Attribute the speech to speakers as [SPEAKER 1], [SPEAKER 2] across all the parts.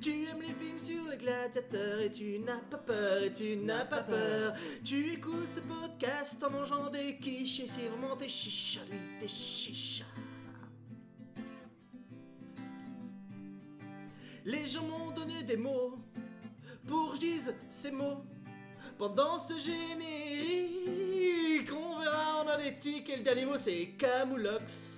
[SPEAKER 1] Tu aimes les films sur les gladiateurs et tu n'as pas peur et tu n'as pas peur. Tu écoutes ce podcast en mangeant des quiches et c'est vraiment tes chichas, lui, tes chichas. Les gens m'ont donné des mots pour que je dise ces mots. Pendant ce générique, on verra en analytique et le dernier mot c'est Camoulox.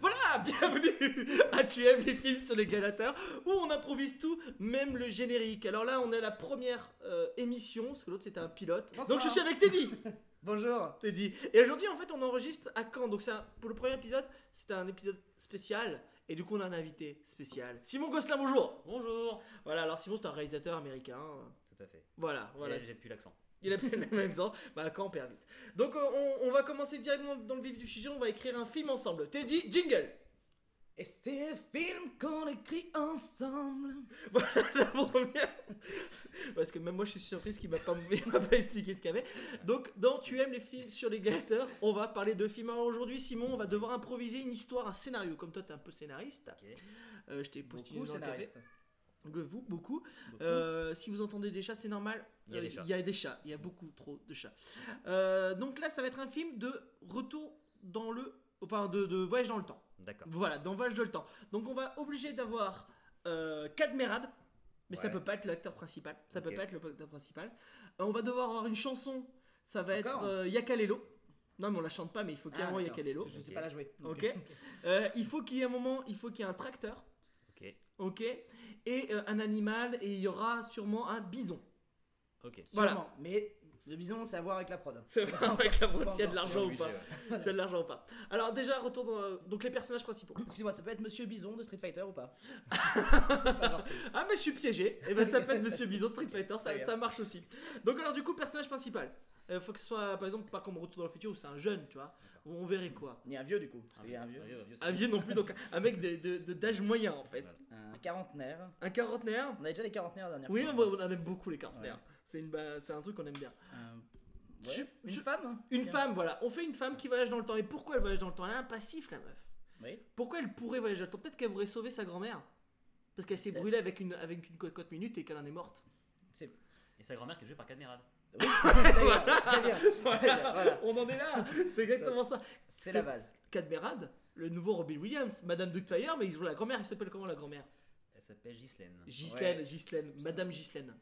[SPEAKER 1] Voilà, bienvenue à Tu aimes les films sur les gladiateurs où on improvise tout, même le générique. Alors là, on est à la première euh, émission, parce que l'autre c'était un pilote.
[SPEAKER 2] Bonsoir.
[SPEAKER 1] Donc je suis avec Teddy.
[SPEAKER 2] Bonjour.
[SPEAKER 1] Teddy. Et aujourd'hui, en fait, on enregistre à Caen. Donc c'est un- pour le premier épisode, c'est un épisode spécial. Et du coup, on a un invité spécial. Simon Gosselin, bonjour.
[SPEAKER 3] Bonjour
[SPEAKER 1] Voilà, alors Simon, c'est un réalisateur américain.
[SPEAKER 3] Tout à fait.
[SPEAKER 1] Voilà, voilà.
[SPEAKER 3] Voilà. J'ai plus l'accent.
[SPEAKER 1] Il a pris le même exemple. Bah, quand on perd vite. Donc, euh, on, on va commencer directement dans le vif du sujet. On va écrire un film ensemble. Teddy, jingle.
[SPEAKER 2] Et c'est un film qu'on écrit ensemble.
[SPEAKER 1] La première. Parce que même moi, je suis surprise qu'il m'a pas, il m'a pas expliqué ce qu'il y avait. Donc, dans Tu aimes les films sur les gladiateurs, on va parler de films. Alors, aujourd'hui, Simon, on va devoir improviser une histoire, un scénario. Comme toi, t'es un peu scénariste.
[SPEAKER 3] Ok.
[SPEAKER 1] Euh, je t'ai postillé
[SPEAKER 2] Beaucoup
[SPEAKER 1] dans le café.
[SPEAKER 2] scénariste.
[SPEAKER 1] Donc, euh, Vous, beaucoup. Euh, si vous entendez des chats, c'est normal.
[SPEAKER 3] Il y a
[SPEAKER 1] Euh,
[SPEAKER 3] des chats.
[SPEAKER 1] Il y a des chats. Il y a beaucoup trop de chats. Euh, donc là, ça va être un film de retour dans le. Enfin, de, de voyage dans le temps.
[SPEAKER 3] D'accord.
[SPEAKER 1] Voilà, dans voyage dans le temps. Donc on va obligé d'avoir euh, Cadmerade. Mais ça
[SPEAKER 3] Ouais.
[SPEAKER 1] peut pas être l'acteur principal. Ça peut
[SPEAKER 3] Ok.
[SPEAKER 1] pas être le acteur principal. Euh, on va devoir avoir une chanson. Ça va être
[SPEAKER 2] Encore
[SPEAKER 1] euh, Yakalelo. Non, mais on la chante pas, mais il faut qu'il y ait
[SPEAKER 2] Ah,
[SPEAKER 1] un moment
[SPEAKER 2] d'accord.
[SPEAKER 1] Yakalelo.
[SPEAKER 2] Je sais
[SPEAKER 3] Ok.
[SPEAKER 2] pas la jouer.
[SPEAKER 1] Ok. Euh, il faut qu'il y ait un moment. Il faut qu'il y ait un tracteur.
[SPEAKER 3] Ok.
[SPEAKER 1] Ok. Et euh, un animal. Et il y aura sûrement un bison.
[SPEAKER 3] Ok.
[SPEAKER 1] Voilà.
[SPEAKER 2] Sûrement. Mais le bison, c'est à voir avec la prod.
[SPEAKER 1] C'est vrai avec la boîte,
[SPEAKER 2] Pas
[SPEAKER 1] s'il y a de
[SPEAKER 2] encore,
[SPEAKER 1] l'argent ou pas.
[SPEAKER 3] Obligé, ouais.
[SPEAKER 1] S'il y a de l'argent ou pas. Alors déjà, retour dans, euh, donc les personnages principaux.
[SPEAKER 2] Excusez-moi, ça peut être Monsieur Bison de Street Fighter ou pas Pas forcément.
[SPEAKER 1] Ah mais je suis piégé. Et ben ça peut être Monsieur Bison de Street Fighter, ça,
[SPEAKER 2] Très bien.
[SPEAKER 1] ça marche aussi. Donc alors du coup, personnage principal. Euh, faut que ce soit par exemple pas comme Retour dans le futur où c'est un jeune, tu vois. Où on verrait quoi.
[SPEAKER 2] Il y a un vieux du coup. Parce qu'il y a un
[SPEAKER 3] Un
[SPEAKER 2] vieux.
[SPEAKER 3] vieux, un vieux,
[SPEAKER 1] Un vieux non plus, donc un mec de- de- de- d'âge moyen en fait.
[SPEAKER 3] Voilà.
[SPEAKER 2] Un quarantenaire.
[SPEAKER 1] Un quarantenaire.
[SPEAKER 2] On avait déjà des quarantenaires la dernière
[SPEAKER 1] Ah, Oui,
[SPEAKER 2] fois.
[SPEAKER 1] on on aime beaucoup les quarantenaires.
[SPEAKER 2] Ouais.
[SPEAKER 1] C'est une ba- c'est un truc qu'on aime bien.
[SPEAKER 2] Euh, ouais.
[SPEAKER 1] Je-
[SPEAKER 2] Une
[SPEAKER 1] je-
[SPEAKER 2] femme hein.
[SPEAKER 1] Une
[SPEAKER 2] Tiens.
[SPEAKER 1] femme, voilà. On fait une femme qui voyage dans le temps. Et pourquoi elle voyage dans le temps Elle a un passif, la meuf.
[SPEAKER 2] Oui.
[SPEAKER 1] Pourquoi elle pourrait voyager dans le temps Peut-être qu'elle voudrait sauver sa grand-mère. Parce qu'elle s'est
[SPEAKER 2] Peut-être.
[SPEAKER 1] brûlée avec une, avec une cocotte minute et qu'elle en est morte.
[SPEAKER 2] C'est. Oui.
[SPEAKER 3] Et sa grand-mère qui est jouée par Cadmerade.
[SPEAKER 2] D'ailleurs, Très bien. Très bien. Voilà.
[SPEAKER 1] On en est là C'est exactement ça.
[SPEAKER 2] C'est la base.
[SPEAKER 1] Cadmerade, le nouveau Robbie Williams, Madame Ductfire, mais ils jouent la grand-mère. Elle s'appelle comment la grand-mère
[SPEAKER 3] Elle s'appelle Ghislaine.
[SPEAKER 1] Ghislaine,
[SPEAKER 2] Ouais.
[SPEAKER 1] Ghislaine, Madame Ghislaine.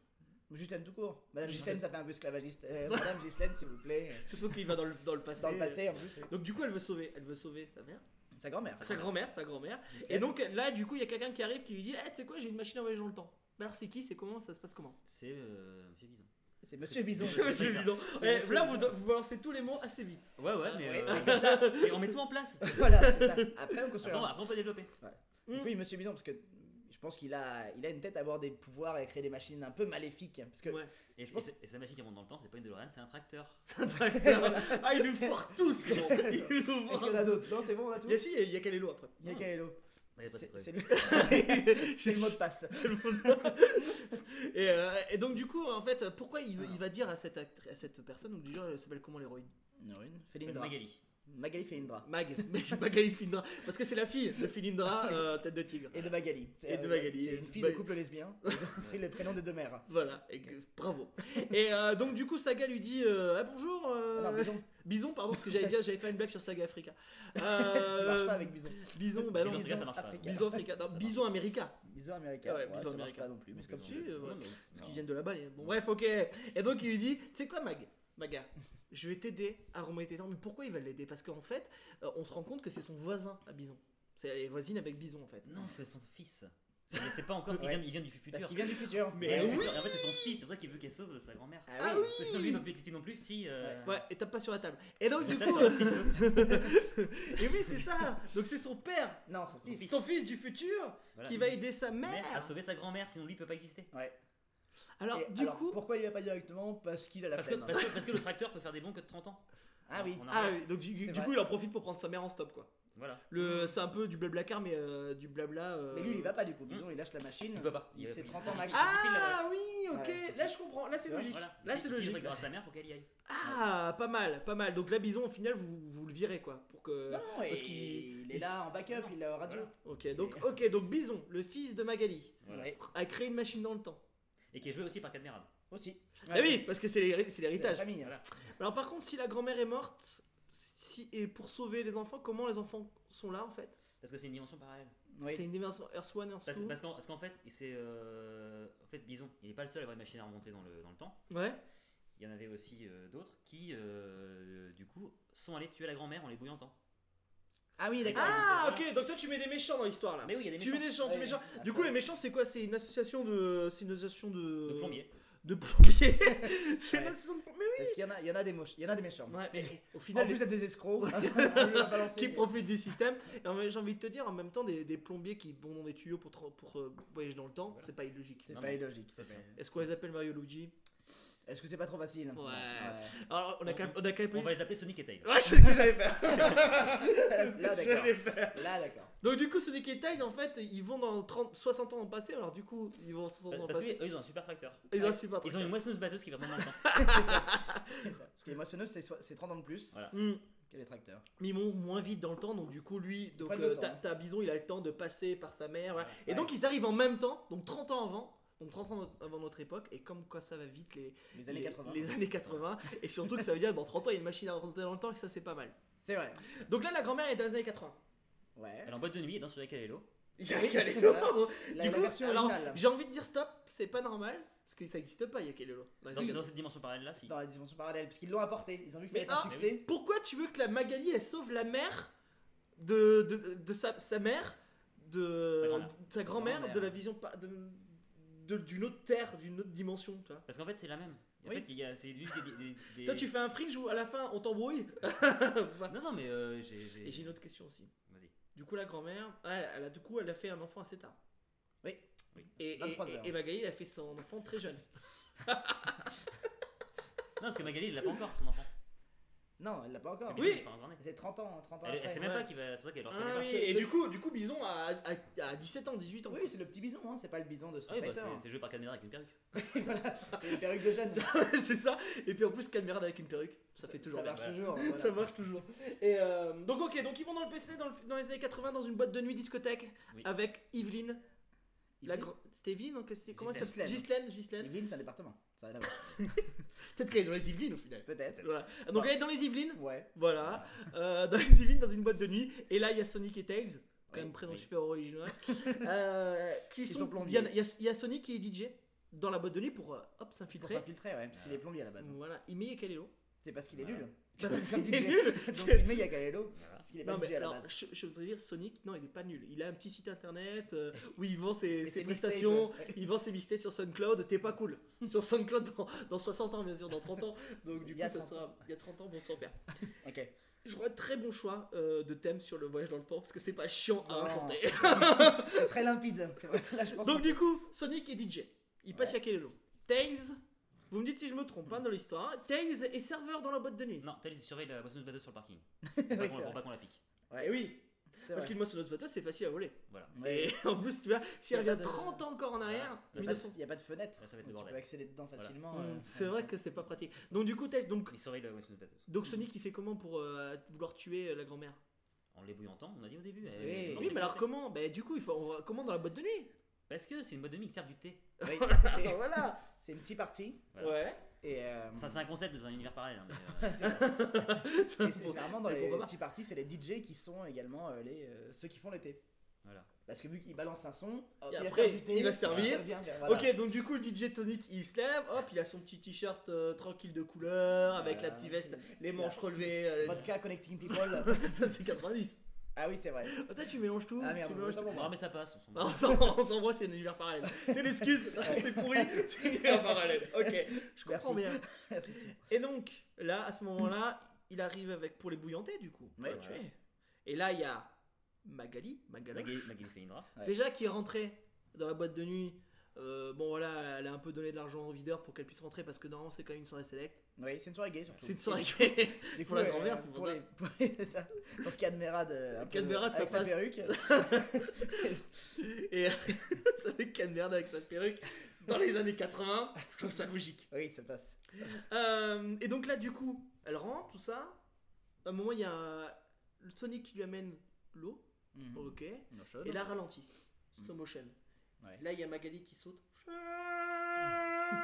[SPEAKER 2] Gislaine tout court. Madame
[SPEAKER 1] Ghislaine.
[SPEAKER 2] Gislaine, ça fait un peu esclavagiste. Euh, Madame Gislaine, s'il vous plaît.
[SPEAKER 1] Surtout qu'il va dans le, dans le passé.
[SPEAKER 2] Dans le passé, en plus.
[SPEAKER 1] Donc du coup, elle veut sauver, elle veut sauver sa mère,
[SPEAKER 2] Sa grand-mère.
[SPEAKER 1] sa grand-mère, sa grand-mère. Et donc là, du coup, il y a quelqu'un qui arrive qui lui dit, eh, tu sais quoi, j'ai une machine à voyager dans le temps. Mais Alors c'est qui, c'est comment, ça se passe comment
[SPEAKER 3] C'est euh, Monsieur Bison.
[SPEAKER 2] C'est Monsieur Bison.
[SPEAKER 1] Monsieur Bison.
[SPEAKER 2] C'est
[SPEAKER 1] Eh,
[SPEAKER 2] Monsieur
[SPEAKER 1] Là,
[SPEAKER 2] Bison.
[SPEAKER 1] vous, vous lancez tous les mots assez vite.
[SPEAKER 3] Ouais, ouais,
[SPEAKER 2] Ah,
[SPEAKER 3] mais.
[SPEAKER 2] ouais.
[SPEAKER 3] euh,
[SPEAKER 2] Comme ça.
[SPEAKER 3] et on met tout en place.
[SPEAKER 2] Voilà, c'est ça. Après, on construit.
[SPEAKER 3] Après, on-
[SPEAKER 2] un-
[SPEAKER 3] après, on peut développer.
[SPEAKER 2] Donc Oui, Monsieur Bison, parce que je pense qu'il a, il a une tête à avoir des pouvoirs et à créer des machines un peu maléfiques. hein, Parce que
[SPEAKER 1] Ouais.
[SPEAKER 3] Et,
[SPEAKER 2] pense-
[SPEAKER 3] et, sa magie qui remonte dans le temps, c'est pas une DeLorean, c'est un tracteur.
[SPEAKER 1] C'est un tracteur. Ah, ils nous foirent tous, gros. Ils nous
[SPEAKER 2] est-ce
[SPEAKER 1] foirent
[SPEAKER 2] qu'il y en a d'autres Non, c'est bon, on a tout.
[SPEAKER 1] Il y a si, il y a Calélo après.
[SPEAKER 2] Il y a Kaelo.
[SPEAKER 3] Ouais, y a pas de
[SPEAKER 2] C'est
[SPEAKER 3] problème.
[SPEAKER 2] c'est le... c'est le mot de passe.
[SPEAKER 1] Et, euh, et donc, du coup, en fait, pourquoi il, veut- il va dire à cette, actri- à cette personne, donc du genre, elle s'appelle comment l'héroïne
[SPEAKER 3] C'est une
[SPEAKER 2] Félindra.
[SPEAKER 3] Magali.
[SPEAKER 2] Magali Félindra.
[SPEAKER 1] Mag, Magali Filindra. Parce que c'est la fille de Filindra, euh, tête de tigre.
[SPEAKER 2] Ah Et de Magali. C'est- euh,
[SPEAKER 1] Et de Magali.
[SPEAKER 2] C'est une fille
[SPEAKER 1] Mag-
[SPEAKER 2] de couple lesbien. Ils ont pris le prénom Ah des deux mères.
[SPEAKER 1] Voilà, et que- bravo. Et euh, donc, du coup, Saga lui dit euh, Ah bonjour. euh,
[SPEAKER 2] Non, Bison.
[SPEAKER 1] Bison, pardon, parce que j'allais dire, j'avais fait une blague sur Saga Africa.
[SPEAKER 2] Tu marches pas avec Bison.
[SPEAKER 1] Bison, euh, bah non.
[SPEAKER 3] Bison,
[SPEAKER 1] Bison,
[SPEAKER 3] Africa, ça marche pas.
[SPEAKER 2] Africa.
[SPEAKER 1] Bison Africa. Non,
[SPEAKER 3] Ça marche.
[SPEAKER 1] Bison America.
[SPEAKER 2] Bison américain.
[SPEAKER 1] Ouais,
[SPEAKER 2] Ouais,
[SPEAKER 1] Bison
[SPEAKER 2] ça marche
[SPEAKER 1] américain.
[SPEAKER 2] pas non plus. Mais c'est comme
[SPEAKER 3] Bison.
[SPEAKER 2] tu
[SPEAKER 1] si, euh,
[SPEAKER 3] Non,
[SPEAKER 1] ouais.
[SPEAKER 3] mais-
[SPEAKER 1] Parce
[SPEAKER 2] Non.
[SPEAKER 1] qu'ils viennent de là-bas, les... Bon, bref, ok. Et donc, il lui dit Tu sais quoi, Mag Maga, je vais t'aider à remonter tes temps. Mais pourquoi il va l'aider Parce qu'en fait, euh, on se rend compte que c'est son voisin à Bison. C'est elle est voisine avec Bison, en fait.
[SPEAKER 3] Non, parce que c'est son fils. Mais c'est pas encore, il,
[SPEAKER 2] Ouais.
[SPEAKER 3] vient, il vient du futur.
[SPEAKER 2] Parce qu'il vient du futur.
[SPEAKER 1] Mais
[SPEAKER 3] Il vient
[SPEAKER 1] oui.
[SPEAKER 3] du futur. Et En fait, c'est son fils, c'est pour ça qu'il veut qu'elle sauve sa grand-mère.
[SPEAKER 2] Ah
[SPEAKER 1] Ah
[SPEAKER 2] oui.
[SPEAKER 3] Parce que lui, il n'a plus existé non plus si. euh,
[SPEAKER 1] Ouais, et tape pas sur la table. Et donc, du
[SPEAKER 3] Ça,
[SPEAKER 1] coup.
[SPEAKER 3] c'est un petit
[SPEAKER 1] et oui, c'est ça Donc, c'est son père,
[SPEAKER 2] Non, son fils.
[SPEAKER 1] son fils du futur,
[SPEAKER 3] voilà.
[SPEAKER 1] qui va aider sa mère.
[SPEAKER 3] Mère a sauvé sa grand-mère, sinon lui il peut pas exister.
[SPEAKER 2] Ouais.
[SPEAKER 1] Alors,
[SPEAKER 2] Et
[SPEAKER 1] du coup.
[SPEAKER 2] pourquoi il va pas directement Parce qu'il a la
[SPEAKER 3] Parce que,
[SPEAKER 2] flemme.
[SPEAKER 1] bah,
[SPEAKER 3] parce, que, parce que le tracteur peut faire des bons que de 30 ans.
[SPEAKER 2] Ah oui.
[SPEAKER 3] En
[SPEAKER 1] Ah
[SPEAKER 3] arrière.
[SPEAKER 1] oui, donc du, du
[SPEAKER 2] C'est vrai.
[SPEAKER 1] coup, il en profite pour prendre sa mère en stop, quoi.
[SPEAKER 3] Voilà.
[SPEAKER 1] Le, c'est un peu du blabla car, mais euh, du blabla. euh,
[SPEAKER 2] Mais lui, il y va pas du coup. Bison, il lâche la machine.
[SPEAKER 3] Il peut pas.
[SPEAKER 2] Il
[SPEAKER 3] a-
[SPEAKER 2] c'est 30 ans max.
[SPEAKER 1] Ah oui, ok.
[SPEAKER 2] Ouais.
[SPEAKER 1] Là, je comprends. Là, c'est
[SPEAKER 2] Tu vois,
[SPEAKER 1] logique.
[SPEAKER 3] Voilà.
[SPEAKER 1] Là, c'est
[SPEAKER 3] Il
[SPEAKER 1] logique.
[SPEAKER 3] faudrait grâce à sa mère pour qu'elle y aille.
[SPEAKER 1] Ah, pas mal, pas mal. Donc là, Bison, au final, vous, vous le virez, quoi, pour que.
[SPEAKER 2] Non, non,
[SPEAKER 1] Parce
[SPEAKER 2] et
[SPEAKER 1] qu'il-
[SPEAKER 2] il Euh, est là en backup, il est en radio.
[SPEAKER 3] Voilà.
[SPEAKER 1] Ok, donc ok, donc Bison, le fils de Magali,
[SPEAKER 3] Voilà.
[SPEAKER 2] Ouais,
[SPEAKER 1] a créé une machine dans le temps.
[SPEAKER 3] Et qui est joué aussi par Cadmerade.
[SPEAKER 2] Aussi.
[SPEAKER 1] Ah oui, parce que c'est l'héri- c'est
[SPEAKER 2] C'est la
[SPEAKER 1] l'héritage.
[SPEAKER 2] famille.
[SPEAKER 3] Voilà.
[SPEAKER 1] Alors par contre, si la grand-mère est morte, si et pour sauver les enfants, comment les enfants sont là en fait
[SPEAKER 3] Parce que c'est une dimension parallèle.
[SPEAKER 2] Oui.
[SPEAKER 1] C'est une dimension Earth One, Earth
[SPEAKER 3] Parce,
[SPEAKER 1] Two.
[SPEAKER 3] parce qu'en, parce qu'en fait, c'est. euh, en fait, Bison, il n'est pas le seul à avoir une machine à remonter dans le, dans le temps.
[SPEAKER 1] Ouais.
[SPEAKER 3] Il y en avait aussi euh, d'autres qui, euh, du coup, sont allés tuer la grand-mère en les bouillantant.
[SPEAKER 2] Ah oui, d'accord.
[SPEAKER 1] Ah ok, donc toi tu mets des méchants dans l'histoire là.
[SPEAKER 3] Mais oui, il y a des
[SPEAKER 1] Ah. tu mets
[SPEAKER 3] méchants.
[SPEAKER 1] des méchants, tu
[SPEAKER 2] Ouais.
[SPEAKER 1] mets des méchants.
[SPEAKER 2] Ah,
[SPEAKER 1] Du
[SPEAKER 2] ça
[SPEAKER 1] coup,
[SPEAKER 2] va.
[SPEAKER 1] les méchants, c'est quoi C'est une association de, c'est une association de.
[SPEAKER 3] De plombier.
[SPEAKER 1] De plombiers. c'est une
[SPEAKER 2] Ouais.
[SPEAKER 1] association de plombiers.
[SPEAKER 2] Parce qu'il y en a, il y en a des moches, il y en a des méchants.
[SPEAKER 1] Ouais.
[SPEAKER 2] C'est-
[SPEAKER 1] Au
[SPEAKER 2] En
[SPEAKER 1] final,
[SPEAKER 2] plus,
[SPEAKER 1] les-
[SPEAKER 2] vous êtes des escrocs.
[SPEAKER 1] qui
[SPEAKER 2] Qui
[SPEAKER 1] profitent du système. Et en même- j'ai envie de te dire, en même temps, des, des plombiers qui vont dans des tuyaux pour, tra- pour euh, voyager dans le temps,
[SPEAKER 3] Voilà.
[SPEAKER 1] c'est pas illogique.
[SPEAKER 2] C'est
[SPEAKER 3] Non,
[SPEAKER 2] pas
[SPEAKER 3] non.
[SPEAKER 2] illogique.
[SPEAKER 1] Euh,
[SPEAKER 2] c'est
[SPEAKER 3] C'est ça.
[SPEAKER 2] pas-
[SPEAKER 1] Est-ce qu'on les appelle Mario Luigi
[SPEAKER 2] Est-ce que c'est pas trop facile hein
[SPEAKER 1] Ouais. Alors, on a qu'à on a qu'à
[SPEAKER 3] On
[SPEAKER 1] appeler-
[SPEAKER 3] va les appeler Sonic et Tails.
[SPEAKER 1] Ouais, c'est ce que j'allais faire. C'est ce que
[SPEAKER 2] Là,
[SPEAKER 1] j'allais
[SPEAKER 2] d'accord.
[SPEAKER 1] faire.
[SPEAKER 2] Là, d'accord.
[SPEAKER 1] Donc du coup, Sonic et Tails, en fait, ils vont dans 30, 60 ans en passé. Alors du coup, ils vont 60 ans en
[SPEAKER 3] Parce
[SPEAKER 1] passé.
[SPEAKER 3] qu'eux, ils ont un super tracteur.
[SPEAKER 1] Ils ont un super
[SPEAKER 3] Ils ont une moissonneuse batteuse qui va remonter dans le temps.
[SPEAKER 2] C'est ça. C'est ça. Parce que les moissonneuses, c'est soi- c'est 30 ans de plus
[SPEAKER 3] Voilà.
[SPEAKER 1] Hmm.
[SPEAKER 2] que les tracteurs.
[SPEAKER 1] Mais ils vont moins vite dans le temps, donc du coup, lui, donc
[SPEAKER 2] prennent le
[SPEAKER 1] euh,
[SPEAKER 2] temps,
[SPEAKER 1] t'as-
[SPEAKER 2] hein.
[SPEAKER 1] t'as Bison, il a le temps de passer par sa mère. voilà. Et
[SPEAKER 2] Ouais.
[SPEAKER 1] donc, ils arrivent en même temps, donc 30 ans avant. Donc 30 ans avant notre époque, et comme quoi ça va vite, les,
[SPEAKER 2] Les années
[SPEAKER 1] les-
[SPEAKER 2] 80.
[SPEAKER 1] les années 80, et surtout que ça veut dire que dans 30 ans, il y a une machine à remonter dans le temps, et ça c'est pas mal.
[SPEAKER 2] C'est vrai.
[SPEAKER 1] Donc là, la grand-mère est dans les années 80.
[SPEAKER 2] Ouais.
[SPEAKER 3] Elle est en boîte de nuit et danse avec Alélo.
[SPEAKER 1] Il
[SPEAKER 2] Oui,
[SPEAKER 1] Yakelelo.
[SPEAKER 2] voilà. La,
[SPEAKER 1] hein. Du
[SPEAKER 2] la
[SPEAKER 1] coup,
[SPEAKER 2] version
[SPEAKER 1] alors,
[SPEAKER 2] originale.
[SPEAKER 1] j'ai envie de dire stop, c'est pas normal, parce que ça existe pas Yakelelo.
[SPEAKER 3] Dans,
[SPEAKER 2] Si.
[SPEAKER 3] dans cette dimension parallèle-là, si.
[SPEAKER 2] Dans la dimension parallèle, parce qu'ils l'ont apporté. Ils ont vu que ça
[SPEAKER 1] Mais
[SPEAKER 2] allait être un
[SPEAKER 1] ah,
[SPEAKER 2] succès.
[SPEAKER 1] Pourquoi tu veux que la Magali, elle sauve la mère de, de, de sa, sa mère, de
[SPEAKER 3] Sa grand-mère.
[SPEAKER 1] de sa grand-mère,
[SPEAKER 2] grand-mère.
[SPEAKER 1] de la vision pa- de- de- d'une autre terre, d'une autre dimension, tu vois
[SPEAKER 3] Parce qu'en fait, c'est la même. En
[SPEAKER 2] Oui.
[SPEAKER 3] fait, il y a- c'est l'une des- des- des-
[SPEAKER 1] Toi, tu fais un fringe où à la fin on t'embrouille
[SPEAKER 3] Non, non, mais euh, j'ai. j'ai-
[SPEAKER 1] Et j'ai une autre question aussi.
[SPEAKER 3] Vas-y.
[SPEAKER 1] Du coup, la grand-mère, ouais, elle a, du coup, elle a fait un enfant assez tard.
[SPEAKER 2] Oui.
[SPEAKER 3] Oui.
[SPEAKER 1] Et, et-
[SPEAKER 2] 23 heures.
[SPEAKER 1] et Magali, elle a fait son enfant très jeune.
[SPEAKER 3] Non, parce que Magali, il l'a pas encore, son enfant.
[SPEAKER 2] Non, elle l'a pas encore.
[SPEAKER 3] Bison,
[SPEAKER 1] Oui.
[SPEAKER 3] il est pas encore né.
[SPEAKER 2] C'est 30 ans, 30 ans
[SPEAKER 3] Elle, elle
[SPEAKER 2] après.
[SPEAKER 3] sait même
[SPEAKER 1] ouais.
[SPEAKER 3] pas qu'il va. C'est pour ça qu'elle le
[SPEAKER 1] Ah
[SPEAKER 3] reconnaît pas.
[SPEAKER 1] oui,
[SPEAKER 2] que
[SPEAKER 1] et
[SPEAKER 2] le-
[SPEAKER 1] du coup, du coup, Bison a, a, a 17 ans, 18 ans.
[SPEAKER 2] Oui, c'est le petit bison, hein, c'est pas le bison de
[SPEAKER 3] Ah
[SPEAKER 2] Street
[SPEAKER 3] oui, bah,
[SPEAKER 2] Fighter.
[SPEAKER 3] c'est- c'est joué par Cadmerade avec une perruque.
[SPEAKER 2] c'est une perruque de jeune.
[SPEAKER 1] c'est ça. Et puis en plus, Calmerade avec une perruque, ça, fait toujours
[SPEAKER 2] Ça
[SPEAKER 1] bien.
[SPEAKER 2] marche
[SPEAKER 3] bien.
[SPEAKER 2] toujours. voilà.
[SPEAKER 1] Ça marche toujours. Et euh, donc ok, donc ils vont dans le PC dans, le- dans les années 80 dans une boîte de nuit discothèque
[SPEAKER 3] Oui.
[SPEAKER 1] avec Yveline. La
[SPEAKER 2] Yveline-
[SPEAKER 1] grand- C'était Yveline, donc c'était- comment ça s'appelle Ghislaine, Ghislaine.
[SPEAKER 2] Yveline, c'est un département. Ça va d'abord.
[SPEAKER 1] Peut-être qu'elle est dans les Yvelines au final.
[SPEAKER 2] Peut-être.
[SPEAKER 1] Voilà. Donc
[SPEAKER 2] Ouais.
[SPEAKER 1] elle est dans les Yvelines,
[SPEAKER 2] Ouais.
[SPEAKER 1] voilà, Euh, dans les Yvelines dans une boîte de nuit. Et là il y a Sonic et Tails, quand
[SPEAKER 2] Oui,
[SPEAKER 1] même prénom
[SPEAKER 3] oui.
[SPEAKER 1] super original. euh, qui
[SPEAKER 2] Ils
[SPEAKER 1] sont,
[SPEAKER 2] sont
[SPEAKER 1] il y
[SPEAKER 2] plombiers.
[SPEAKER 1] a- il y, a- il y a Sonic qui est DJ dans la boîte de nuit pour euh, hop
[SPEAKER 2] Pour
[SPEAKER 1] s'infiltrer.
[SPEAKER 2] s'infiltrer, ouais, parce qu'il est plombier à la base.
[SPEAKER 1] Voilà, il met quel est l'eau
[SPEAKER 2] C'est parce qu'il est
[SPEAKER 3] Voilà.
[SPEAKER 2] nul.
[SPEAKER 1] Bah,
[SPEAKER 2] Comme
[SPEAKER 1] parce qu'il
[SPEAKER 2] DJ.
[SPEAKER 1] est nul.
[SPEAKER 2] Donc il met Yakalelo,
[SPEAKER 3] Voilà.
[SPEAKER 2] parce qu'il est pas
[SPEAKER 1] Non,
[SPEAKER 2] DJ
[SPEAKER 1] mais
[SPEAKER 2] à la
[SPEAKER 1] alors,
[SPEAKER 2] base.
[SPEAKER 1] je, je voudrais dire, Sonic, non, il est pas nul. Il a un petit site internet euh, où il vend ses,
[SPEAKER 2] Et
[SPEAKER 1] ses
[SPEAKER 2] c'est mixtape,
[SPEAKER 1] prestations,
[SPEAKER 2] ouais.
[SPEAKER 1] il vend ses mixtapes sur SoundCloud. T'es pas cool. Sur SoundCloud, dans, dans 60 ans, bien sûr, dans 30 ans. Donc, du
[SPEAKER 2] Il
[SPEAKER 1] coup,
[SPEAKER 2] y a
[SPEAKER 1] ça
[SPEAKER 2] 30
[SPEAKER 1] sera il y a 30 ans, bon sang père.
[SPEAKER 2] Ok.
[SPEAKER 1] Je vois très bon choix euh, de thème sur le voyage dans le temps parce que c'est pas chiant à
[SPEAKER 2] Non.
[SPEAKER 1] inventer.
[SPEAKER 2] C'est très limpide. C'est vrai. Là, je pense
[SPEAKER 1] Donc,
[SPEAKER 2] qu'on-
[SPEAKER 1] du coup, Sonic est DJ. Il passe
[SPEAKER 2] Ouais.
[SPEAKER 1] à quel lot Tails, vous me dites si je me trompe hein, dans l'histoire. Tails est serveur dans la boîte de nuit.
[SPEAKER 3] Non, Tails il surveille la moissonneuse batteuse sur le parking.
[SPEAKER 2] Oui,
[SPEAKER 3] Pour pas
[SPEAKER 2] c'est
[SPEAKER 3] qu'on- pour
[SPEAKER 2] vrai,
[SPEAKER 3] pas qu'on la pique.
[SPEAKER 1] Eh oui,
[SPEAKER 2] c'est
[SPEAKER 1] bah, parce
[SPEAKER 2] vrai.
[SPEAKER 1] qu'une moissonneuse notre c'est facile à voler.
[SPEAKER 3] Voilà.
[SPEAKER 2] Ouais.
[SPEAKER 1] Et en plus, tu vois, s'il
[SPEAKER 2] Y a pas
[SPEAKER 1] revient
[SPEAKER 2] de-
[SPEAKER 1] 30 ans encore en arrière,
[SPEAKER 2] Il n'y
[SPEAKER 1] 1900.
[SPEAKER 2] a, pas de fenêtre.
[SPEAKER 3] Là, ça va être
[SPEAKER 2] donc
[SPEAKER 3] le
[SPEAKER 2] tu
[SPEAKER 3] bordel.
[SPEAKER 2] peux accéder dedans
[SPEAKER 3] Voilà.
[SPEAKER 2] facilement.
[SPEAKER 1] Mm,
[SPEAKER 2] euh,
[SPEAKER 1] c'est vrai que c'est pas pratique. Donc du coup, Tails, donc,
[SPEAKER 3] Il surveille la moissonneuse batteuse.
[SPEAKER 1] donc Sonic il fait comment pour euh, vouloir tuer euh, la grand-mère
[SPEAKER 3] En les bouillantant, on a dit au début. elle-
[SPEAKER 2] Oui.
[SPEAKER 3] elle-
[SPEAKER 1] Oui, mais alors comment Bah du coup, il faut on va- comment dans la boîte de nuit
[SPEAKER 3] Parce que c'est une boîte de nuit qui sert du thé.
[SPEAKER 2] oui, c'est-
[SPEAKER 1] Voilà.
[SPEAKER 2] C'est une petite partie.
[SPEAKER 3] Voilà.
[SPEAKER 1] Ouais.
[SPEAKER 2] Et, euh,
[SPEAKER 3] Ça, C'est un concept dans un univers parallèle. hein, mais, euh,
[SPEAKER 1] C'est un
[SPEAKER 2] et c'est
[SPEAKER 1] bon-
[SPEAKER 2] généralement dans
[SPEAKER 1] mais
[SPEAKER 2] les
[SPEAKER 1] pourquoi pas
[SPEAKER 2] petits parties, c'est les DJ qui sont également euh, les, euh, ceux qui font le thé.
[SPEAKER 3] voilà.
[SPEAKER 2] Parce que vu qu'il balance un son, hop,
[SPEAKER 1] Et
[SPEAKER 2] il va
[SPEAKER 1] après,
[SPEAKER 2] faire du thé,
[SPEAKER 1] il va servir.
[SPEAKER 2] revient vers- voilà.
[SPEAKER 1] Ok, donc du coup, le DJ Tonic il se lève, hop, il a son petit t-shirt euh, tranquille de couleur Ah, avec la
[SPEAKER 2] Voilà.
[SPEAKER 1] petite veste, les manches relevées. euh,
[SPEAKER 2] Vodka connecting people.
[SPEAKER 1] c'est 90.
[SPEAKER 2] ah oui, c'est vrai.
[SPEAKER 1] Attends, tu mélanges tout.
[SPEAKER 2] Ah merde,
[SPEAKER 1] tu mélanges
[SPEAKER 2] autant
[SPEAKER 1] tout.
[SPEAKER 2] pour moi.
[SPEAKER 3] Non, mais ça passe. On s'en
[SPEAKER 1] Ah,
[SPEAKER 3] bat.
[SPEAKER 1] On s'en- on s'envoie, c'est un univers parallèle. C'est l'excuse, de toute façon, c'est pourri, c'est un univers parallèle. Ok, je comprends
[SPEAKER 2] Merci.
[SPEAKER 1] bien.
[SPEAKER 2] Merci, Simon.
[SPEAKER 1] Et donc, là, à ce moment-là, il arrive avec pour les bouillanter, du coup. pour
[SPEAKER 2] Ouais,
[SPEAKER 1] les tuer.
[SPEAKER 3] voilà.
[SPEAKER 1] Et là, il y a Magali, Magaloche,
[SPEAKER 3] Magali Magali fait une drape.
[SPEAKER 2] Ouais.
[SPEAKER 1] déjà qui est rentrée dans la boîte de nuit. Euh, bon, voilà, elle a un peu donné de l'argent au videur pour qu'elle puisse rentrer parce que normalement, c'est quand même une soirée select.
[SPEAKER 2] Oui, c'est une soirée gay surtout.
[SPEAKER 1] C'est une soirée gay.
[SPEAKER 2] Du coup,
[SPEAKER 1] pour la
[SPEAKER 2] euh,
[SPEAKER 1] grand-mère, c'est pour ça.
[SPEAKER 2] les- pour les- c'est ça. Pour Cadmerade. euh, un peu-
[SPEAKER 1] Cadmerade, ça
[SPEAKER 2] avec sa
[SPEAKER 1] passe.
[SPEAKER 2] perruque.
[SPEAKER 1] Et euh, ça fait qu'elle merde avec sa perruque dans les années 80. Je trouve ça logique.
[SPEAKER 2] Oui, ça passe.
[SPEAKER 1] Euh, et donc là, du coup, elle rentre, tout ça. À un moment, il y a le Sonic qui lui amène l'eau.
[SPEAKER 2] Mhm.
[SPEAKER 1] Ok. Et
[SPEAKER 2] Non, chaud,
[SPEAKER 1] là, ralenti. Slow motion.
[SPEAKER 2] Ouais.
[SPEAKER 1] Là, il y a Magali qui saute.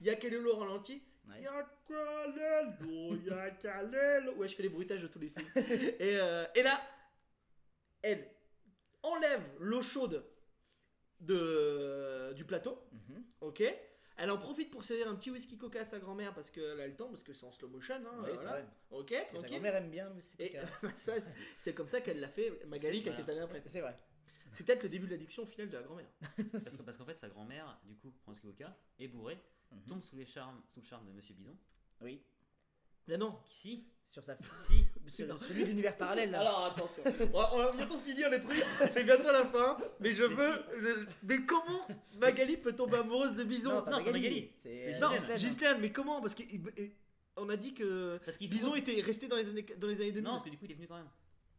[SPEAKER 1] Il y a quel au ralenti
[SPEAKER 2] Ouais.
[SPEAKER 1] Il y a Kalelo, il y a Kalelo. Ouais, je fais les bruitages de tous les films. et, euh, et là, elle enlève l'eau chaude de, du plateau.
[SPEAKER 2] Mhm.
[SPEAKER 1] Ok Elle en profite pour servir un petit whisky coca à sa grand-mère parce qu'elle a le temps, parce que c'est en slow motion. Hein,
[SPEAKER 2] Oui,
[SPEAKER 1] voilà.
[SPEAKER 2] c'est vrai.
[SPEAKER 1] Ok,
[SPEAKER 2] Et Sa
[SPEAKER 1] tranquille.
[SPEAKER 2] grand-mère aime bien le whisky
[SPEAKER 1] Et
[SPEAKER 2] coca.
[SPEAKER 1] ça, c'est- c'est comme ça qu'elle l'a fait, Magali,
[SPEAKER 3] Parce que-
[SPEAKER 1] quelques
[SPEAKER 3] voilà.
[SPEAKER 1] années après.
[SPEAKER 2] C'est vrai.
[SPEAKER 1] C'est peut-être le début de l'addiction finale de la grand-mère.
[SPEAKER 3] Parce que- parce qu'en fait, sa grand-mère, du coup, prend ce coca, est bourrée,
[SPEAKER 2] Mhm.
[SPEAKER 3] tombe sous, les charmes, sous le charme de Monsieur Bison.
[SPEAKER 2] Oui.
[SPEAKER 1] Mais non
[SPEAKER 3] Qui, si,
[SPEAKER 2] Sur sa.
[SPEAKER 3] si,
[SPEAKER 2] ce- Celui de l'univers parallèle là.
[SPEAKER 1] Alors attention, on va, on va bientôt finir les trucs, c'est bientôt la fin, mais je
[SPEAKER 3] Mais
[SPEAKER 1] veux... je- mais comment Magali peut tomber amoureuse de Bison
[SPEAKER 2] Non, pas
[SPEAKER 3] non, c'est
[SPEAKER 2] Magali.
[SPEAKER 3] Magali.
[SPEAKER 2] C'est
[SPEAKER 3] C'est
[SPEAKER 2] euh,
[SPEAKER 1] Non,
[SPEAKER 3] Ghislaine.
[SPEAKER 2] Ghislaine.
[SPEAKER 1] Ghislaine, mais comment Parce qu'on a dit que
[SPEAKER 3] parce qu'ils se
[SPEAKER 1] Bison
[SPEAKER 3] trouvent-
[SPEAKER 1] était resté dans les années, dans les années 2000.
[SPEAKER 3] Non, parce que du coup, il est venu quand même.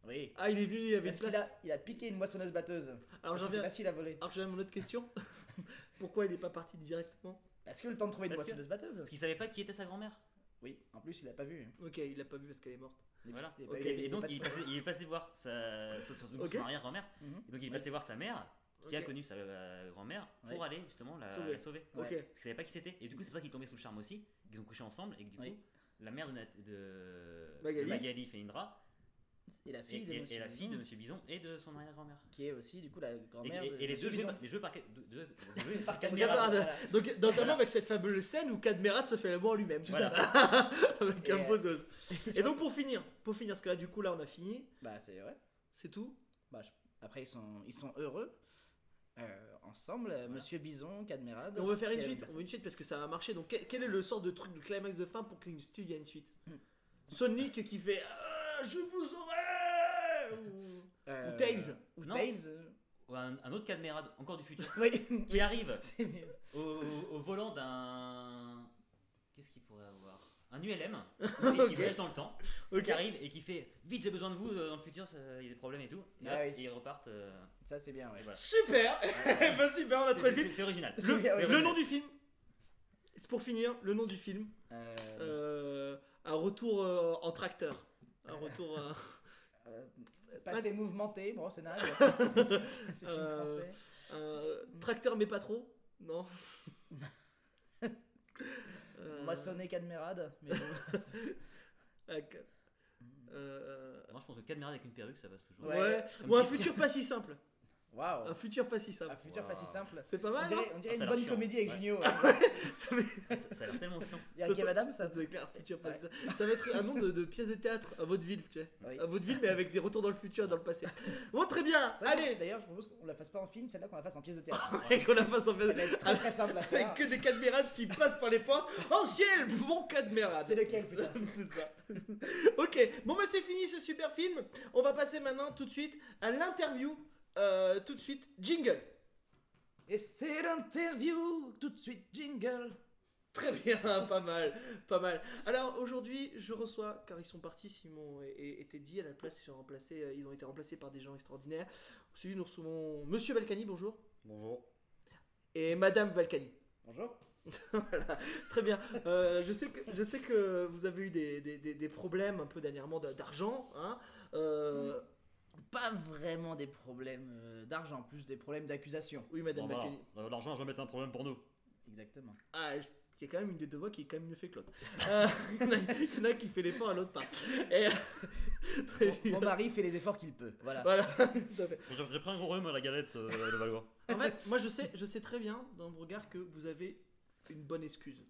[SPEAKER 2] Oui.
[SPEAKER 1] Ah, il est venu, il avait une
[SPEAKER 2] Parce qu'il
[SPEAKER 1] place.
[SPEAKER 2] a, il a piqué une moissonneuse batteuse.
[SPEAKER 1] Alors j'en
[SPEAKER 2] je sais
[SPEAKER 1] reviens.
[SPEAKER 2] pas s'il a volé.
[SPEAKER 1] Alors j'avais mon autre question. Pourquoi il n'est pas parti directement
[SPEAKER 2] Parce que le temps de trouver une
[SPEAKER 3] Parce que-
[SPEAKER 2] moissonneuse
[SPEAKER 3] Parce
[SPEAKER 2] batteuse.
[SPEAKER 3] qu'il savait pas qui était sa grand-mère.
[SPEAKER 2] Oui, en plus il a pas vu.
[SPEAKER 1] Ok, il l'a pas vu parce qu'elle est morte.
[SPEAKER 2] Les-
[SPEAKER 3] Voilà.
[SPEAKER 2] les-
[SPEAKER 1] Ok,
[SPEAKER 2] les-
[SPEAKER 3] Et,
[SPEAKER 2] les-
[SPEAKER 3] donc,
[SPEAKER 2] pas de-
[SPEAKER 3] il est, passé, il est passé voir sa, son- son- son
[SPEAKER 1] Ok.
[SPEAKER 3] arrière-grand-mère.
[SPEAKER 2] Mhm.
[SPEAKER 3] Et donc, il est
[SPEAKER 2] Ouais.
[SPEAKER 3] passé voir sa mère, qui a
[SPEAKER 1] Ok.
[SPEAKER 3] connu sa euh, grand-mère, pour
[SPEAKER 2] Ouais.
[SPEAKER 3] aller justement la la
[SPEAKER 1] Sauver.
[SPEAKER 3] sauver.
[SPEAKER 2] Ouais.
[SPEAKER 1] Ok.
[SPEAKER 3] Parce qu'il savait pas qui c'était. Et du coup, c'est pour ça qu'il tombait sous le charme aussi. Ils ont couché ensemble. Et que du coup,
[SPEAKER 2] Oui.
[SPEAKER 3] la mère de, Nat- de
[SPEAKER 1] Magali.
[SPEAKER 3] de Magali fait Indra.
[SPEAKER 2] Et la
[SPEAKER 3] Et,
[SPEAKER 2] fille de
[SPEAKER 3] et-
[SPEAKER 2] Monsieur
[SPEAKER 3] et la fille de
[SPEAKER 2] Bison,
[SPEAKER 3] Monsieur Bison et de son arrière-grand-mère.
[SPEAKER 2] Qui est aussi du coup la
[SPEAKER 3] Et,
[SPEAKER 2] grand-mère.
[SPEAKER 3] et-
[SPEAKER 2] de
[SPEAKER 3] et les
[SPEAKER 2] Monsieur
[SPEAKER 3] deux jeux,
[SPEAKER 2] Bison.
[SPEAKER 3] les jeux par, deux- deux- deux- par
[SPEAKER 1] Cadmerade.
[SPEAKER 3] caméra.
[SPEAKER 2] Voilà.
[SPEAKER 1] Donc, notamment avec cette fabuleuse scène où Cadmerat se fait l'amour lui-même.
[SPEAKER 3] Tout à
[SPEAKER 1] avec
[SPEAKER 2] Et,
[SPEAKER 1] un
[SPEAKER 2] euh,
[SPEAKER 1] puzzle. Et donc pour finir, pour finir, parce que là du coup là on a fini,
[SPEAKER 2] Bah c'est vrai.
[SPEAKER 1] c'est tout.
[SPEAKER 2] Bah, je- Après ils sont, ils sont heureux. euh, ensemble, euh, Monsieur Bison, Cadmerade.
[SPEAKER 1] Et on veut faire une
[SPEAKER 2] qui a-
[SPEAKER 1] suite, on veut une suite parce que ça a marché. Donc quel quel est le sort de truc, de climax de fin pour qu'il Steel y ait une suite Sonic qui fait Ah, Je vous aurai Ou-
[SPEAKER 2] euh,
[SPEAKER 1] Ou Tails
[SPEAKER 2] Ou
[SPEAKER 3] Non.
[SPEAKER 2] Tails. euh,
[SPEAKER 3] Ou Un, un autre Cadmerade, encore du futur,
[SPEAKER 2] Oui.
[SPEAKER 3] qui arrive
[SPEAKER 2] C'est mieux.
[SPEAKER 3] au, au- au volant d'un. Qu'est-ce qu'il pourrait avoir Un ULM, et qui voyage dans le temps,
[SPEAKER 1] Ok.
[SPEAKER 3] qui arrive et qui fait Vite, j'ai besoin de vous euh, dans le futur, ça- il y a des problèmes et tout. Et,
[SPEAKER 2] Ah
[SPEAKER 3] hop,
[SPEAKER 2] oui.
[SPEAKER 3] et ils repartent. euh,
[SPEAKER 2] Ça c'est bien.
[SPEAKER 3] et
[SPEAKER 2] Ouais.
[SPEAKER 3] voilà.
[SPEAKER 1] Super Eh ben, Super, on a
[SPEAKER 3] C'est-
[SPEAKER 1] trouvé le
[SPEAKER 3] c'est-
[SPEAKER 1] film.
[SPEAKER 3] C'est original.
[SPEAKER 2] c'est-
[SPEAKER 1] Le-
[SPEAKER 2] c'est
[SPEAKER 1] le
[SPEAKER 3] original.
[SPEAKER 1] nom du film C'est pour finir, le nom du film.
[SPEAKER 2] Euh,
[SPEAKER 1] Euh, un retour euh, en tracteur. Un retour. euh,
[SPEAKER 2] euh, passé mouvementé, bon c'est naze. C'est film
[SPEAKER 1] Euh,
[SPEAKER 2] français.
[SPEAKER 1] euh, tracteur, mais pas trop. Non. Euh,
[SPEAKER 2] Moissonné Cadmerade. Mais bon.
[SPEAKER 1] avec, euh,
[SPEAKER 3] Moi, je pense que Cadmerade avec une perruque, ça passe toujours.
[SPEAKER 1] ouais.
[SPEAKER 2] Ouais.
[SPEAKER 1] Ou un futur pas si simple.
[SPEAKER 2] Waouh.
[SPEAKER 1] Un futur pas si
[SPEAKER 2] Un
[SPEAKER 1] simple.
[SPEAKER 2] futur pas si
[SPEAKER 3] Waouh.
[SPEAKER 2] simple.
[SPEAKER 1] C'est pas
[SPEAKER 2] On
[SPEAKER 1] mal,
[SPEAKER 2] dirait, on dirait
[SPEAKER 3] Ah, ça a
[SPEAKER 2] une
[SPEAKER 3] l'air
[SPEAKER 2] bonne
[SPEAKER 3] chiant.
[SPEAKER 2] comédie avec
[SPEAKER 3] Ouais.
[SPEAKER 2] Junio. hein.
[SPEAKER 1] non Ça va-
[SPEAKER 3] Ça, ça a l'air tellement chiant.
[SPEAKER 2] Il y a
[SPEAKER 1] Ça,
[SPEAKER 2] Kev
[SPEAKER 1] ça-
[SPEAKER 2] Adams, ça.
[SPEAKER 1] c'est clair, futur pas
[SPEAKER 2] Ouais.
[SPEAKER 1] si simple. Ça va être un nom de, de pièce de théâtre à votre ville, tu sais.
[SPEAKER 2] Oui.
[SPEAKER 1] À votre ville, mais avec des retours dans le futur, et dans le passé. Bon, très bien.
[SPEAKER 2] C'est vrai que,
[SPEAKER 1] Allez.
[SPEAKER 2] D'ailleurs, je propose qu'on la fasse pas en film, celle-là qu'on la fasse en pièce de théâtre.
[SPEAKER 1] Et qu'on la fasse en
[SPEAKER 2] Elle va
[SPEAKER 1] fait.
[SPEAKER 2] être très très simple à
[SPEAKER 1] Avec
[SPEAKER 2] faire.
[SPEAKER 1] que des cadmérades qui passent par les points. Oh ciel, bon cadmérade.
[SPEAKER 2] C'est lequel, putain
[SPEAKER 1] C'est ça. ok, bon bah c'est fini ce super film. On va passer maintenant tout de suite à l'interview. Euh, tout de suite, jingle.
[SPEAKER 2] Et c'est l'interview Tout de suite, jingle
[SPEAKER 1] Très bien, pas mal, pas mal. Alors aujourd'hui, je reçois, car ils sont partis, Simon et, et- et Teddy à la place, ils, sont remplacés, euh, ils ont été remplacés par des gens extraordinaires. Celui nous recevons Monsieur Balkany, bonjour,
[SPEAKER 3] Bonjour.
[SPEAKER 1] et Madame Balkany.
[SPEAKER 2] Bonjour.
[SPEAKER 1] Voilà, très bien. Euh, je, sais que, je sais que vous avez eu des, des- des- des problèmes un peu dernièrement d'a- d'argent. Hein Euh,
[SPEAKER 2] Pas vraiment des problèmes euh, d'argent, plus des problèmes d'accusation.
[SPEAKER 1] oui, Madame Balkany.
[SPEAKER 4] Euh,
[SPEAKER 3] L'argent n'a jamais été un problème pour nous.
[SPEAKER 2] Exactement.
[SPEAKER 1] Ah, je- il y a quand même une des deux voix qui est quand même mieux fait que l'autre. Euh, Il y en a- il y en a qui fait l'effort à l'autre pas. Et- euh, très
[SPEAKER 2] Mon,
[SPEAKER 1] bien.
[SPEAKER 2] mon mari fait les efforts qu'il peut. Voilà.
[SPEAKER 1] Voilà, tout à fait.
[SPEAKER 3] J'ai pris un gros rhume à la galette
[SPEAKER 4] euh,
[SPEAKER 3] de Valois.
[SPEAKER 1] En fait, moi je sais, je sais très bien dans vos regards que vous avez une bonne excuse.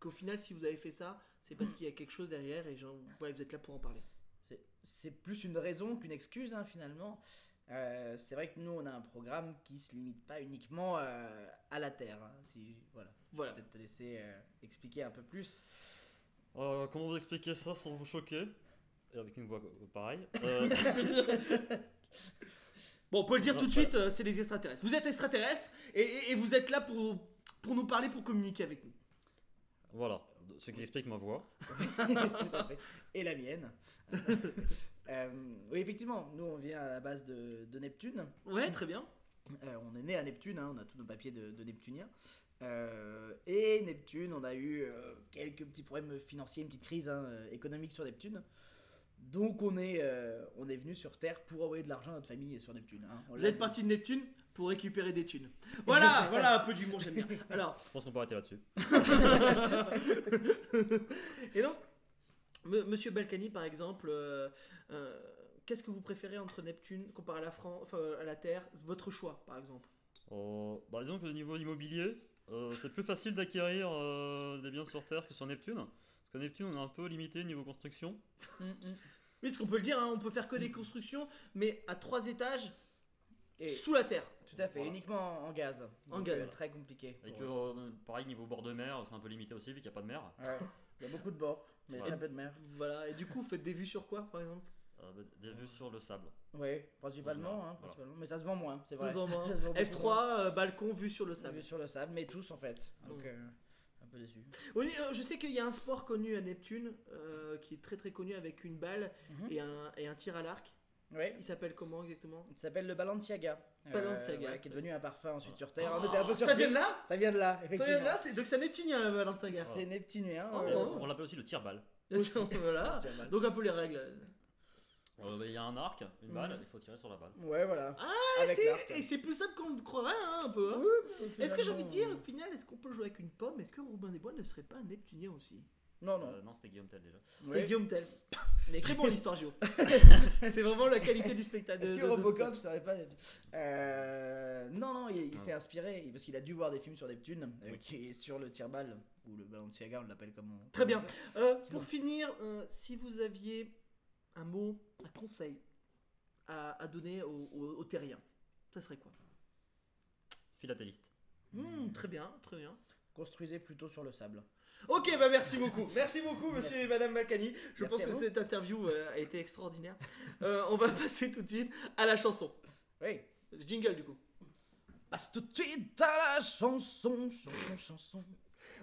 [SPEAKER 1] Qu'au final, si vous avez fait ça, c'est parce qu'il y a quelque chose derrière et genre, voilà, vous êtes là pour en parler.
[SPEAKER 2] C'est- C'est plus une raison qu'une excuse, hein, finalement. Euh, c'est vrai que nous, on a un programme qui se limite pas uniquement euh, à la Terre. hein, si, voilà.
[SPEAKER 1] Voilà.
[SPEAKER 2] Peut-être te laisser euh, expliquer un peu plus.
[SPEAKER 4] Euh, comment vous expliquer ça sans vous choquer Et avec une voix euh, pareille. Euh,
[SPEAKER 1] Bon, on peut le dire
[SPEAKER 4] Non,
[SPEAKER 1] tout de suite, euh, c'est les extraterrestres. Vous êtes extraterrestres et, et- et vous êtes là pour, pour nous parler, pour communiquer avec nous.
[SPEAKER 4] voilà. ce qui explique ma voix.
[SPEAKER 2] Tout à fait. Et la mienne. Euh, oui, effectivement, nous on vient à la base de, de Neptune.
[SPEAKER 1] Ouais, très bien.
[SPEAKER 2] Euh, on est né à Neptune, hein, on a tous nos papiers de, de Neptunien. Euh, et Neptune, on a eu euh, quelques petits problèmes financiers, une petite crise hein, euh, économique sur Neptune. Donc on est, euh, on est venu sur Terre pour envoyer de l'argent à notre famille sur Neptune. hein. On
[SPEAKER 1] Vous
[SPEAKER 2] l'a
[SPEAKER 1] êtes
[SPEAKER 2] vu.
[SPEAKER 1] parti de Neptune pour récupérer des thunes. Voilà, voilà un peu d'humour, j'aime bien. Alors,
[SPEAKER 4] Je pense qu'on peut arrêter là-dessus.
[SPEAKER 1] et donc, M- Monsieur Balkany, par exemple, euh, euh, qu'est-ce que vous préférez entre Neptune comparé à la France, enfin, à la Terre Votre choix, par exemple.
[SPEAKER 4] Euh, bah, disons que au niveau immobilier, euh, c'est plus facile d'acquérir euh, des biens sur Terre que sur Neptune. Parce que Neptune, on est un peu limité niveau construction.
[SPEAKER 2] Mm, mm.
[SPEAKER 1] Oui, parce qu'on peut le dire, hein, on peut faire que des constructions, mais à trois étages
[SPEAKER 2] Et-
[SPEAKER 1] sous la Terre.
[SPEAKER 2] tout à fait,
[SPEAKER 4] Voilà.
[SPEAKER 2] uniquement en, en gaz.
[SPEAKER 1] En
[SPEAKER 2] Donc,
[SPEAKER 1] gaz.
[SPEAKER 2] euh, Très compliqué.
[SPEAKER 4] Et
[SPEAKER 2] pour-
[SPEAKER 4] que, euh, pareil, niveau bord de mer, c'est un peu limité aussi, vu qu'il n'y a pas de mer.
[SPEAKER 2] Ouais. Il y a beaucoup de bords, mais
[SPEAKER 4] Ouais.
[SPEAKER 2] très peu de mer.
[SPEAKER 1] Voilà, et du coup, vous faites des vues sur quoi, par exemple
[SPEAKER 4] Euh, bah, des vues sur le sable.
[SPEAKER 2] Oui, principalement,
[SPEAKER 4] Voilà.
[SPEAKER 2] hein, principalement. Mais ça se vend moins, c'est vrai.
[SPEAKER 1] Ça se vend moins.
[SPEAKER 2] Ça se vend beaucoup moins.
[SPEAKER 1] F3, euh, balcon, vue sur le
[SPEAKER 2] Ça
[SPEAKER 1] sable.
[SPEAKER 2] vu sur le sable, mais tous en fait. Donc
[SPEAKER 1] Ouais.
[SPEAKER 2] euh, un peu déçu.
[SPEAKER 1] Oui, euh, je sais qu'il y a un sport connu à Neptune, euh, qui est très très connu avec une balle
[SPEAKER 2] Mhm.
[SPEAKER 1] et, un, et un tir à l'arc.
[SPEAKER 2] Ouais.
[SPEAKER 1] Il s'appelle comment exactement
[SPEAKER 2] Il s'appelle le Balenciaga. Euh,
[SPEAKER 1] Balenciaga. Oh.
[SPEAKER 2] ouais, qui est devenu un parfum ensuite
[SPEAKER 4] Voilà.
[SPEAKER 2] sur Terre. On était un peu
[SPEAKER 1] Ça
[SPEAKER 2] surpris.
[SPEAKER 1] vient de là
[SPEAKER 2] Ça vient de là,
[SPEAKER 1] Ça
[SPEAKER 2] effectivement.
[SPEAKER 1] vient de là c'est- Donc c'est un neptunien, la Balenciaga.
[SPEAKER 2] C'est neptunien.
[SPEAKER 1] Oh,
[SPEAKER 4] Et
[SPEAKER 2] euh,
[SPEAKER 4] on l'appelle aussi le tire-balle.
[SPEAKER 2] aussi.
[SPEAKER 1] voilà.
[SPEAKER 2] tu as mal.
[SPEAKER 1] Donc un peu les règles.
[SPEAKER 4] Euh, bah, Il y a un arc, une
[SPEAKER 2] Mhm.
[SPEAKER 4] balle, il faut tirer sur la balle.
[SPEAKER 2] Ouais, voilà.
[SPEAKER 1] Ah, Et
[SPEAKER 2] Avec l'arc.
[SPEAKER 1] c'est- et c'est plus simple qu'on le croirait hein, un peu. hein.
[SPEAKER 2] Oui, mais
[SPEAKER 1] Est-ce que j'ai envie de dire,
[SPEAKER 2] finalement,
[SPEAKER 1] au final, est-ce qu'on peut jouer avec une pomme Est-ce que Robin des Bois ne serait pas un neptunien aussi
[SPEAKER 2] euh,
[SPEAKER 4] Euh,
[SPEAKER 2] Non, non.
[SPEAKER 4] non, c'était Guillaume Tell déjà.
[SPEAKER 1] C'est
[SPEAKER 2] Ouais.
[SPEAKER 1] Guillaume Tell.
[SPEAKER 2] Mais
[SPEAKER 1] Très bon l'histoire Géo. c'est vraiment la qualité du spectacle.
[SPEAKER 2] Est-ce
[SPEAKER 1] de-
[SPEAKER 2] que
[SPEAKER 1] de- de-
[SPEAKER 2] Robocop serait pas. Euh, non, non, il, il
[SPEAKER 4] Ah.
[SPEAKER 2] s'est inspiré parce qu'il a dû voir des films sur Neptune, euh, qui est sur le tire-balle, ou le Balenciaga, on l'appelle comme on.
[SPEAKER 1] Très bien. Euh, pour finir, euh, si vous aviez un mot, un conseil à, à donner aux, aux- aux terriens, ça serait quoi
[SPEAKER 4] Philatéliste.
[SPEAKER 1] Hmm, Très bien, très bien.
[SPEAKER 2] Construisez plutôt sur le sable.
[SPEAKER 1] Ok, bah merci beaucoup. Merci beaucoup, monsieur
[SPEAKER 2] Merci.
[SPEAKER 1] et madame Balkany. Je
[SPEAKER 2] Merci
[SPEAKER 1] pense
[SPEAKER 2] à
[SPEAKER 1] que
[SPEAKER 2] vous.
[SPEAKER 1] cette interview euh, a été extraordinaire. Euh, on va passer tout de suite à la chanson.
[SPEAKER 2] Oui.
[SPEAKER 1] Jingle, du coup.
[SPEAKER 2] Passe tout de suite à la chanson, chanson, chanson.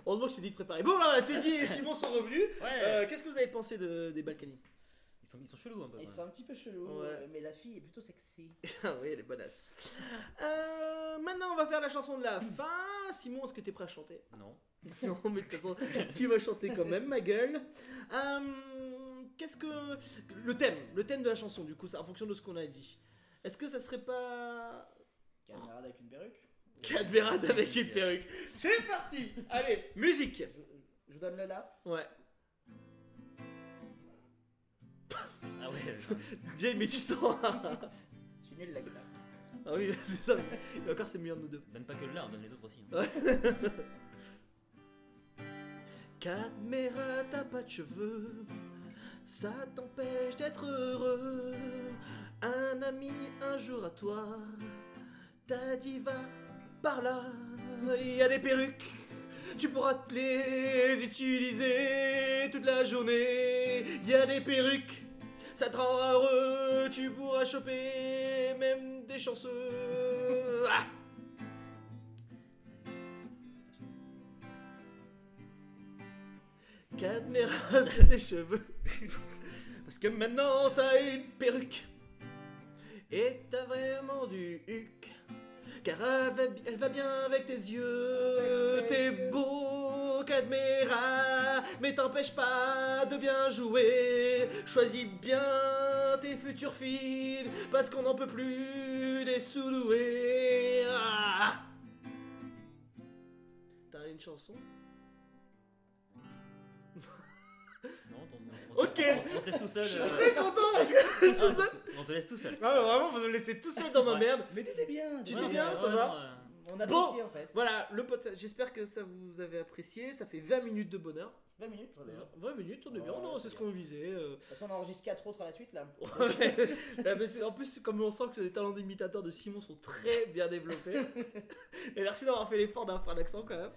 [SPEAKER 1] Heureusement que je t'ai dit de préparer. Bon, là, Teddy et Simon sont revenus.
[SPEAKER 4] Ouais
[SPEAKER 1] Euh, Qu'est-ce que vous avez pensé de- des Balkany
[SPEAKER 4] ils, sont, ils sont chelous un peu.
[SPEAKER 2] Et
[SPEAKER 4] ouais.
[SPEAKER 2] c'est un petit peu chelou,
[SPEAKER 1] Ouais.
[SPEAKER 2] euh, mais la fille est plutôt sexy.
[SPEAKER 1] Ah oui, elle est bonasse. Euh, maintenant, on va faire la chanson de la fin. Simon, est-ce que t'es prêt à chanter
[SPEAKER 4] Non.
[SPEAKER 1] Non, mais de toute façon, tu vas chanter quand même, ma gueule. Euh, Qu'est-ce que. Le thème, le thème de la chanson, du coup, ça, en fonction de ce qu'on a dit. Est-ce que ça serait pas.
[SPEAKER 2] Camarade avec une perruque.
[SPEAKER 1] Cadmerade avec une perruque C'est parti Allez, musique
[SPEAKER 2] Je, je vous donne le là.
[SPEAKER 1] Ouais.
[SPEAKER 4] Ah ouais.
[SPEAKER 1] Jay, mais tu t'en. ah
[SPEAKER 2] Je suis nul la guitare.
[SPEAKER 1] oui, c'est ça. Et encore, c'est meilleur de nous deux.
[SPEAKER 4] donne pas que là, on donne les autres aussi. hein.
[SPEAKER 1] Cadméra, t'as pas de cheveux, ça t'empêche d'être heureux. Un ami un jour à toi, t'as dit va par là, il y a des perruques. Tu pourras te les utiliser toute la journée. Il y a des perruques, ça te rendra heureux. Tu pourras choper même des chanceux. Ah Cadmérade des cheveux. Parce que maintenant t'as une perruque. Et t'as vraiment du huc. Car elle va, bi- elle va bien avec tes yeux.
[SPEAKER 2] Avec tes
[SPEAKER 1] T'es
[SPEAKER 2] yeux.
[SPEAKER 1] beau, Cadméra. Mais t'empêche pas de bien jouer. Choisis bien tes futurs filles. Parce qu'on n'en peut plus des sous-doués. Ah T'as une chanson
[SPEAKER 4] Non, on,
[SPEAKER 1] Ok.
[SPEAKER 4] on, on te laisse tout seul.
[SPEAKER 1] Je suis
[SPEAKER 4] euh,
[SPEAKER 1] très content parce que
[SPEAKER 4] ah,
[SPEAKER 1] tout seul.
[SPEAKER 4] on te laisse tout seul.
[SPEAKER 1] Ah, mais vraiment, vous me laissez tout seul dans ma
[SPEAKER 4] Ouais.
[SPEAKER 1] merde.
[SPEAKER 2] Mais t'étais bien,
[SPEAKER 1] Tu
[SPEAKER 2] t'étais
[SPEAKER 1] t'es
[SPEAKER 4] on-
[SPEAKER 1] bien, ça
[SPEAKER 4] ouais,
[SPEAKER 1] va
[SPEAKER 4] non, euh,
[SPEAKER 2] On apprécie en fait.
[SPEAKER 1] Voilà, le podcast. J'espère que ça vous avez apprécié. Ça fait 20 minutes de bonheur.
[SPEAKER 2] 20 minutes,
[SPEAKER 1] Ah,
[SPEAKER 2] très bien. De
[SPEAKER 1] 20 hein. minutes, on est
[SPEAKER 2] Ouais,
[SPEAKER 1] bien. Non,
[SPEAKER 2] c'est
[SPEAKER 1] c'est ce
[SPEAKER 2] bien.
[SPEAKER 1] qu'on visait. euh.
[SPEAKER 2] toute façon, on enregistre 4 autres à la suite là.
[SPEAKER 1] Ouais, mais c'est- en plus, comme on sent que les talents d'imitateur de Simon sont très bien développés. Et merci d'avoir fait l'effort d'avoir fait un accent quand même.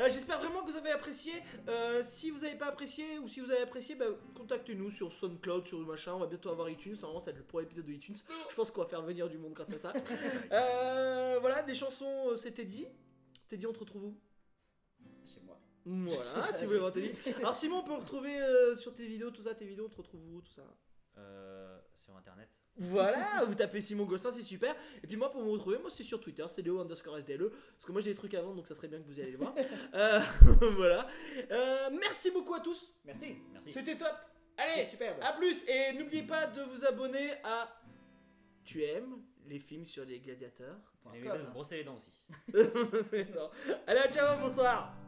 [SPEAKER 1] Euh, J'espère vraiment que vous avez apprécié. Euh, si vous n'avez pas apprécié ou si vous avez apprécié, bah, contactez-nous sur SoundCloud, sur le machin. On va bientôt avoir iTunes. Normalement, ça va être le premier épisode de iTunes. Je pense qu'on va faire venir du monde grâce à ça. Euh, voilà, des chansons, euh, c'était dit. Teddy, on te retrouve où
[SPEAKER 2] Chez moi.
[SPEAKER 1] Voilà, si vous voulez voir tes vidéos. Alors Simon, on peut retrouver euh, sur tes vidéos, tout ça, tes vidéos, on te retrouve où, tout ça
[SPEAKER 3] Euh, sur internet.
[SPEAKER 1] Voilà, vous tapez Simon Gossin, c'est super. Et puis moi, pour me retrouver, moi c'est sur Twitter, c'est Léo underscore SDLE. E, Parce que moi j'ai des trucs à vendre, donc ça serait bien que vous y allez le voir. Euh, voilà. Euh, merci beaucoup à tous.
[SPEAKER 2] Merci.
[SPEAKER 3] Merci.
[SPEAKER 1] C'était top. Allez,
[SPEAKER 2] C'est superbe.
[SPEAKER 4] Ah.
[SPEAKER 1] à plus. Et n'oubliez pas de vous abonner à. Tu aimes les films sur les gladiateurs
[SPEAKER 2] Point
[SPEAKER 4] hein.
[SPEAKER 3] Et
[SPEAKER 2] com.
[SPEAKER 3] brosser les dents aussi.
[SPEAKER 1] Non. Allez, ciao, bonsoir.